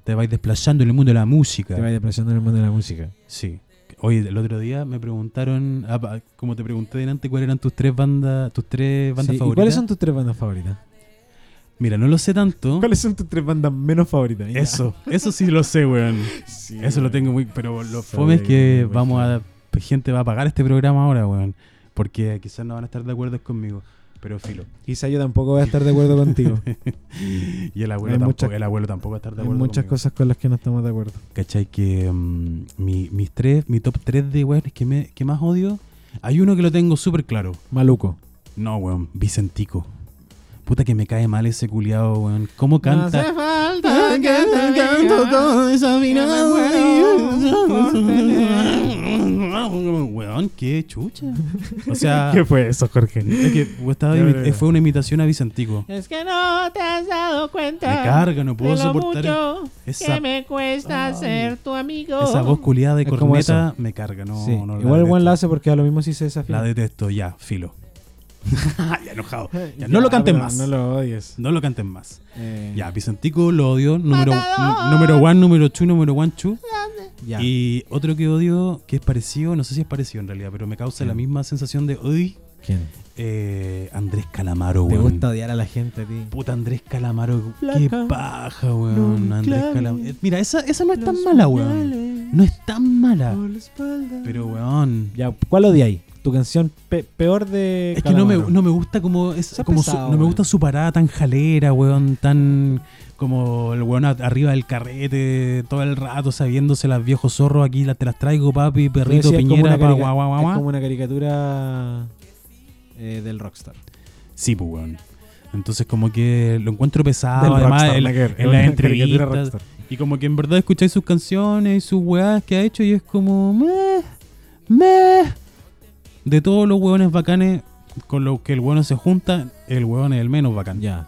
Te vais desplazando en el mundo de la música.
Te va depresión en el mundo de la música.
Sí. Oye, el otro día me preguntaron, ah, pa- como te pregunté delante, cuáles eran tus tres bandas, tus tres bandas
Sí, ¿y
favoritas.
¿Cuáles son tus tres bandas favoritas?
Mira, no lo sé tanto.
¿Cuáles son tus tres bandas menos favoritas? Ya.
Eso, eso sí lo sé, weón.
Sí,
Eso lo
weón.
tengo muy. Pero lo
Sabía
fome es
que
que
tenía
vamos a.
cuestión.
Gente va a pagar este programa ahora, weón. Porque quizás no van a estar de acuerdo conmigo. Pero filo.
Quizá yo tampoco voy a estar de acuerdo contigo.
y el abuelo,
Hay
tampoco,
muchas-
el abuelo tampoco va a estar de
Hay
acuerdo
muchas
conmigo.
cosas con las que no estamos de acuerdo.
¿Cachai? Que mm, mi, mis tres, mi top 3 de weones que, me, que más odio. Hay uno que lo tengo súper claro.
Maluco.
No, weón, Vicentico. Puta que me cae mal ese culiado, weón. ¿Cómo canta?
falta que te diga
Weón, qué chucha. O sea,
fue eso, Jorge?
es que estaba
Ya,
imi-
ya, ya.
fue una imitación a Vicentico. Me
Es que no te has dado cuenta.
carga, no puedo
de lo
soportar
mucho
esa,
que me cuesta
Ay.
ser tu amigo.
esa voz culiada de
Es como
corneta. Me carga, no,
Sí.
no.
Igual
la
el
detesto.
one la hace porque a lo mismo sí se desafía.
La detesto, ya, filo. ya enojado. Ya, no lo canten más.
No lo odies.
No lo canten más.
Eh,
Ya, Vicentico lo odio. Número,
Matador.
n- número one, número two, número one, two.
ya.
Y otro que odio, que es parecido, no sé si es parecido en realidad, pero me causa la misma sensación de uy,
¿Quién?
Eh, Andrés Calamaro,
Te
weón.
gusta odiar a la gente, tío.
Puta Andrés Calamaro, qué
Placa,
paja, weón.
no
Andrés
claves,
Calamaro. Mira, esa, esa no es tan
Los
mala, weón.
puñales
No es tan mala.
por la espalda.
Pero, weón.
Ya, ¿cuál odiáis? Tu canción pe- peor de.
Es que no me,
Calamaro.
no me gusta como, es,
Eso es
como su-
pesado,
no me
weón.
gusta su parada tan jalera, weón, tan como el weón a- arriba del carrete todo el rato sabiéndose las viejos zorros aquí las, te las traigo papi,
Tú
perrito,
decías como
piñera,
una
pa,
carica-
guau, guau, guau,
Es
guau.
como una caricatura eh, del rockstar.
Sí, pues weón. Entonces como que lo encuentro pesado,
Del
además
rockstar,
en, la-
nada que ver.
en las
Una caricatura
entrevistas.
rockstar.
Y como que en verdad escucháis sus canciones y sus weas que ha hecho y es como meh, meh. De todos los weones bacanes con los que el weón se junta, el weón es el menos bacán.
Ya.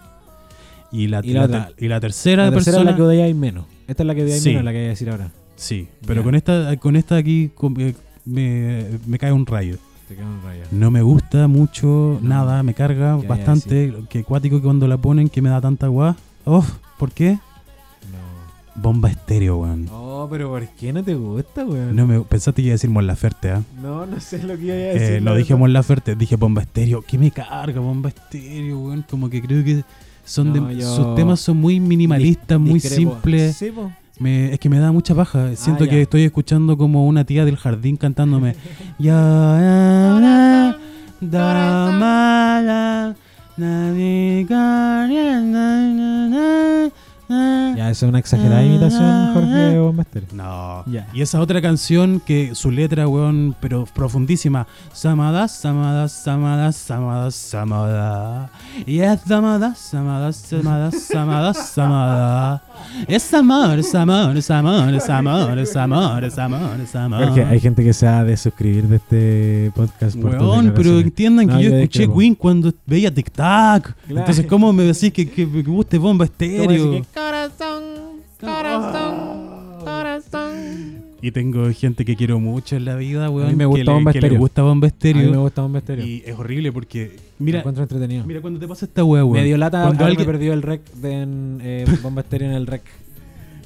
Y la,
Y la
la ter-
otra.
y la tercera
La tercera es
persona.
la que odiáis menos. Esta es la que odiáis
Sí.
menos, la que voy a decir ahora.
Sí, pero
Ya.
con esta, con esta aquí con- eh, me, me cae un rayo.
Te quedan un rayo.
No me gusta mucho, nada, me carga
Ya, ya,
bastante. Que cuático que cuando la ponen que me da tanta guá. Oh, ¿por qué?
No.
Bomba estéreo, weón.
Oh, pero ¿por qué no te gusta, weón?
No me, pensaste que iba a decir Mon Laferte, ¿ah?
No, no sé lo que iba a
Eh,
decir.
no
la
dije
verdad.
Mon Laferte, dije Bomba Estéreo. ¿Qué me carga Bomba Estéreo, weón? Como que creo que son
No,
de-
yo-
sus temas son muy minimalistas, muy
Discrepo.
simples.
Sí, po.
Me- es que me da mucha paja. Siento
ya.
que estoy escuchando como una tía del jardín cantándome. Ya, da mala, navegar, na, na, na, na.
Ya, esa es una exagerada
Ah,
imitación,
eh.
Jorge Bombester.
No.
Ya.
Y esa otra canción que su letra, weón, pero profundísima. Samada, samada, samada, samada, samada. Y es samada, samada, samada, samada, samada. Es amor, es amor, es amor, es amor, es amor, es amor, es amor.
Jorge, hay gente que se ha de suscribir de este podcast. por tus
Weón, pero
declaraciones.
entiendan que
No,
yo,
yo
escuché
discrepo.
Queen cuando veía Tic Tac. Entonces, ¿cómo me decís que, que, que guste bomba estéreo?
Corazón, corazón, corazón.
Y tengo gente que quiero mucho en la vida, weón.
A mí me gusta
que le-
Bomba
que le
Estéreo.
gusta bomba
A mí
estéreo.
me gusta Bombester.
Y es horrible porque.
Lo
Mira,
encuentro entretenido.
mira cuando te pasa esta weá, weón.
Me dio lata
Cuando
cuando
alguien-
me perdió el rec de en, eh, Bomba Estéreo en el rec.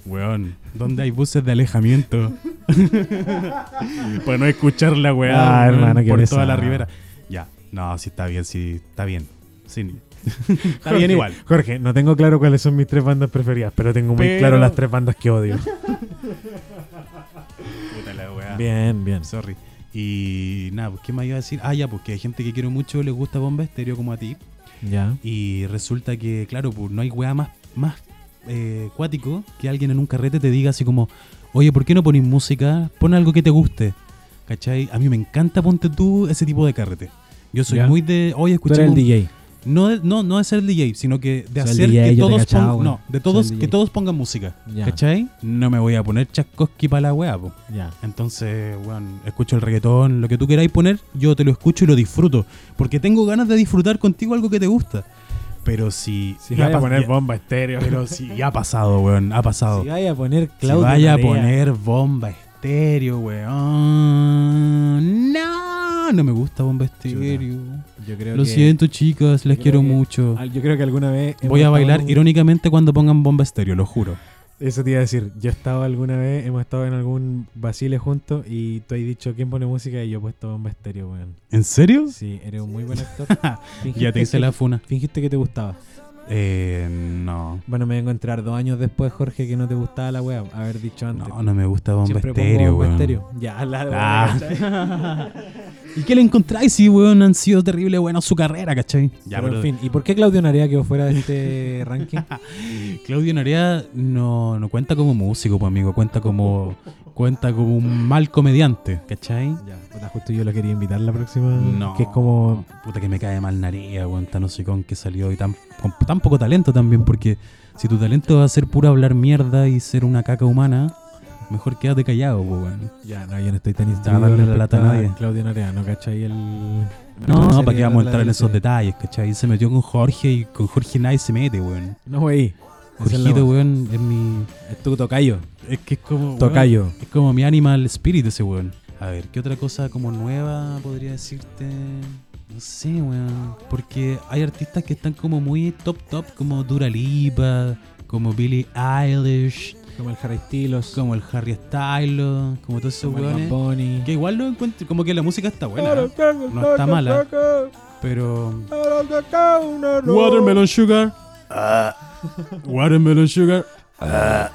Weón, ¿dónde hay buses de alejamiento? Para no escuchar la weá
Ah,
weón,
hermano, qué
por toda
pesado.
la ribera. Ya, no, sí está bien, sí, está bien. Sí, está bien igual.
Jorge, no tengo claro cuáles son mis tres bandas preferidas, pero tengo muy
Pero-
claro las tres bandas que odio.
Puta la weá.
Bien, bien.
Sorry. Y nada, pues, ¿qué más iba a decir? Ah, ya, porque hay gente que quiero mucho, les gusta bomba estéreo como a ti.
Ya.
Y resulta que, claro, pues no hay weá más, más eh, cuático que alguien en un carrete te diga así como, oye, ¿por qué no pones música? Pon algo que te guste. ¿Cachai? A mí me encanta, ponte tú, ese tipo de carrete. Yo soy
Ya.
muy de, oye,
Tú eres
escuché...
el DJ.
No, de- no, no de ser DJ, sino que de
Soy el
hacer
DJ,
que
yo te
todos,
cachaba,
pon-
weón.
no, de
Soy
todos,
el
que
DJ.
todos pongan música.
Ya.
¿Cachai? No me voy a poner chascoski para la weá, po.
Ya.
Entonces, weón, escucho el reggaetón, lo que tú queráis poner, yo te lo escucho y lo disfruto. Porque tengo ganas de disfrutar contigo algo que te gusta. Pero si.
Si
ya
voy a
pas-
poner
ya-
bomba estéreo.
Pero si ya ha pasado, weón, ha pasado.
Si vaya a poner
Si
Claudio.
vaya a
Tarea,
poner bomba estéreo, weón. No, no me gusta bomba estéreo.
Yo creo
Lo
que-
siento, chicas, les
creo
quiero
que-
mucho.
al- Yo creo que alguna vez. hemos
Voy a
estado
bailar
en un-
irónicamente cuando pongan bomba estéreo, lo juro.
Eso te iba a decir. Yo he estado alguna vez, hemos estado en algún basile juntos y tú has dicho quién pone música y yo he puesto Bomba Estéreo, weón.
¿En serio?
Sí, eres un muy buen actor.
Ya te hice la funa.
Fingiste que te gustaba.
Eh, no.
Bueno, me voy a encontrar dos años después, Jorge, que no te gustaba la wea. Haber dicho antes.
No, no me gusta bomba
Siempre
estéreo,
pongo Bomba
weón.
Estéreo. Ya, la
Ah.
wea,
¿Y qué le encontráis si, weón, han sido terrible buenos su carrera, cachai? Ya,
pero,
pero,
en fin, ¿y por qué Claudio Narea quedó fuera de este ranking?
Eh, Claudio Narea no, no cuenta como músico, pues, amigo. Cuenta como, cuenta como un mal comediante, ¿cachai?
ya, puta, justo yo lo quería invitar la próxima.
No.
Que es como.
Puta que me cae mal Narea, weón, tan con que salió y tan, con tan poco talento también, porque si tu talento va a ser puro hablar mierda y ser una caca humana, mejor quédate callado, pues, weón.
Ya, no, yo no estoy tan
a darle la lata
respecto
a nadie.
Claudio Narea, ¿no cachai? El...
No, no, para
que
qué vamos a entrar en esos detalles, ¿cachai? Se metió con Jorge y con Jorge nadie se mete, weón.
No, güey. Esa es la
Jorgito,
wea.
weón, es mi...
Es tu tocayo.
Es que es como. weón,
Tocayo.
es como mi animal spirit ese weón. A ver, ¿qué otra cosa como nueva podría decirte? No sé, weón. Porque hay artistas que están como muy top top, como Dura Lipa, como Billie Eilish,
Como el Harry Styles,
como el Harry Styles, como todos esos
como el Bad
weones.
Bunny.
Que igual lo encuentro, como que la música está buena, ¿eh? no está mala, pero... Watermelon Uh. Sugar. Watermelon Sugar. Uh.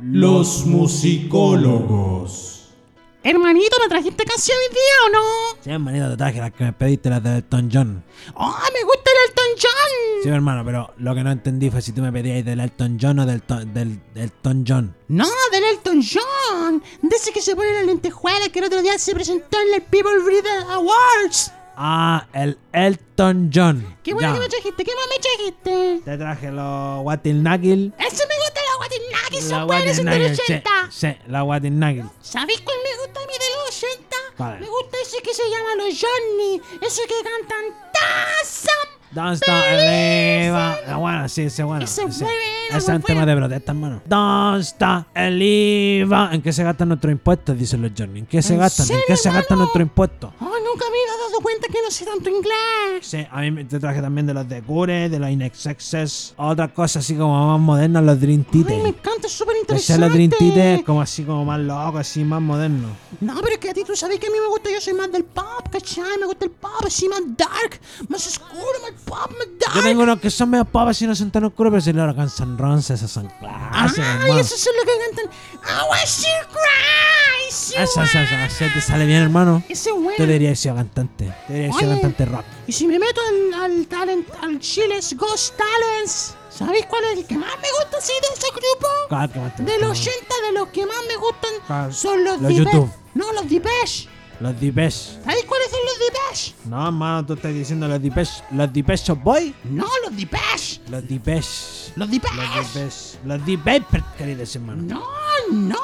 Los musicólogos.
Hermanito, ¿me trajiste canción hoy día o no?
Sí, hermanito, te traje las que me pediste, las del Elton John.
¡Ah, me gusta el Elton John!
Sí, hermano, pero lo que no entendí fue si tú me pedías del Elton John o del, Ton- del, del Elton John.
No, del Elton John. De ese que se pone la lentejuela que el otro día se presentó en el People Reader Awards.
Ah, el Elton John.
Qué bueno
Ya.
que me trajiste, qué bueno me trajiste.
Te traje los Watin Nagel.
Ese me gusta la guatinaki,
La
son buenos
Watin
son del
Nagel, sí,
80.
sí, la Watin Nagel.
¿Sabéis cuál me gusta a mí de los 80?
¿Cuál?
Me gusta ese que se llama Los Johnny. Ese que cantan Tazam.
Don't stop Eleva. La buena, sí, ese Ah, bueno.
Ese es bueno,
es un
muy
tema
bueno.
de protesta, hermano. Don't stop Eleva. ¿En qué se gastan nuestros impuestos? Dicen los Johnny. ¿En qué se
¿En
gastan? ¿En
serio,
qué se gastan
hermano?
nuestros impuestos?
Oh, nunca me había dado cuenta que no sé tanto inglés.
Sí, a mí me- te traje también de los de Cure, de los Inexexes, otras cosas así como más modernas, los Dream
Ay, me
Theater.
encanta, es súper
O sea, los Dream Theater
interesante.
como así como más locos, así más modernos.
No, pero es que a ti tú sabes que a mí me gusta, yo soy más del pop, ¿cachai? Me gusta el pop, así más dark, más oscuro, más pop, más dark.
Yo tengo unos que son medio papas y no son tan oscuros, pero si lo alcanzan ronces, esos son
Ah,
clásicos.
y
hermano.
eso es lo que cantan. I was your Christ, you
Eso, eso, eso,
are.
así te sale bien, hermano.
Ese es
Tú
bueno.
deberías ser cantante. Tú deberías ser
Oye.
cantante rock.
Y si me meto al, al talent, al Chile's Ghost Talents, ¿sabéis cuál es el que más me gusta así de ese grupo?
God, qué más te
De los
gustan,
80, de los que más me
Claro.
gustan son los,
Los
Depeche-
YouTube.
No, los Depeche.
¿no? Los Depeche.
¿Sabéis cuáles son los Depeche?
No, hermano, tú estás diciendo los Depeche. Los Depeche Shop Boy.
No, los Depeche.
Los Depeche.
Los Depeche.
Los Depeche. Los Depeche, queridos hermanos.
No, Ah, no, hermano,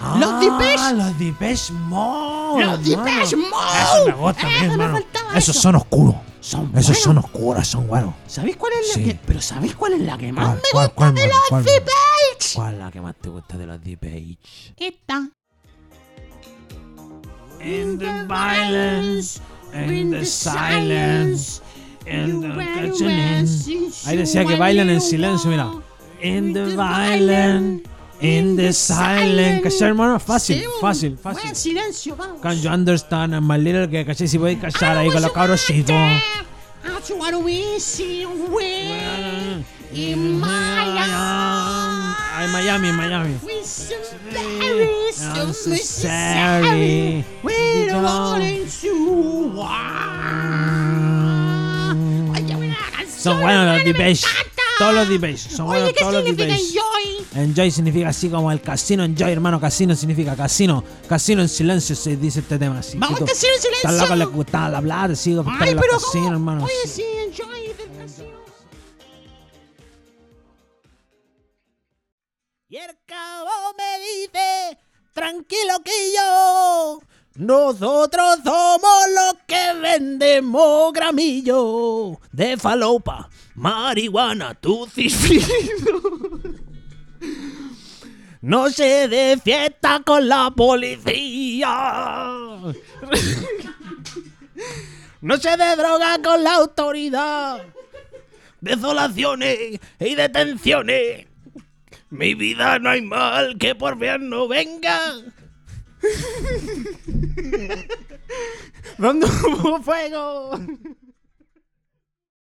no. los
Ah,
Depeche.
Los Depeche Mode.
Los Depeche Mode.
Eso me gusta,
Eso
mi
me
hermano.
faltaba
Esos
eso.
son oscuros.
Son
Esos
buenos.
son oscuros, son buenos.
¿Sabéis cuál es la
Sí.
que.? Pero ¿sabéis cuál es la que más
¿Cuál,
me
cuál,
gusta
cuál,
de
mano?
los
¿Cuál, mano?
Depeche?
¿Cuál es la que más te gusta de los Depeche?
Esta.
In the violence, in the silence, in the touching,
Ahí decía que bailan en silencio, mira.
in the violence,
In the silence. ¿Cachai, hermano? Fácil,
Sí,
fácil,
buen
fácil.
silencio, vamos.
Can you understand? I'm a little que ¿cachai? Si podéis cachar ahí con los cabros chicos.
I just wanna wish you well in my arms.
Ay, Miami, Miami.
We should bury some
I'm so
necessary.
sorry.
We're
Don't-
all into one. Oye, buena canción,
Son buenos los
hermano, me
Depeche.
encanta.
Todos los Depeche. Son
Oye,
buenos
¿qué
todos los
significa
Depeche.
enjoy?
Enjoy significa así como el casino. Enjoy, hermano. Casino significa casino. Casino en silencio se dice este tema. Así,
Vamos al casino en silencio.
Están locos, les gustaba hablar. Sí,
Ay,
están los
pero
casinos,
¿cómo?
hermano.
Oye,
sí.
sí, enjoy del casino.
Y el cabo me dice, tranquilo que yo, nosotros somos los que vendemos gramillo de falopa, marihuana, tu No se de fiesta con la policía. No se de droga con la autoridad. Desolaciones y detenciones. Mi vida no hay mal que por bien no venga. Dando fuego.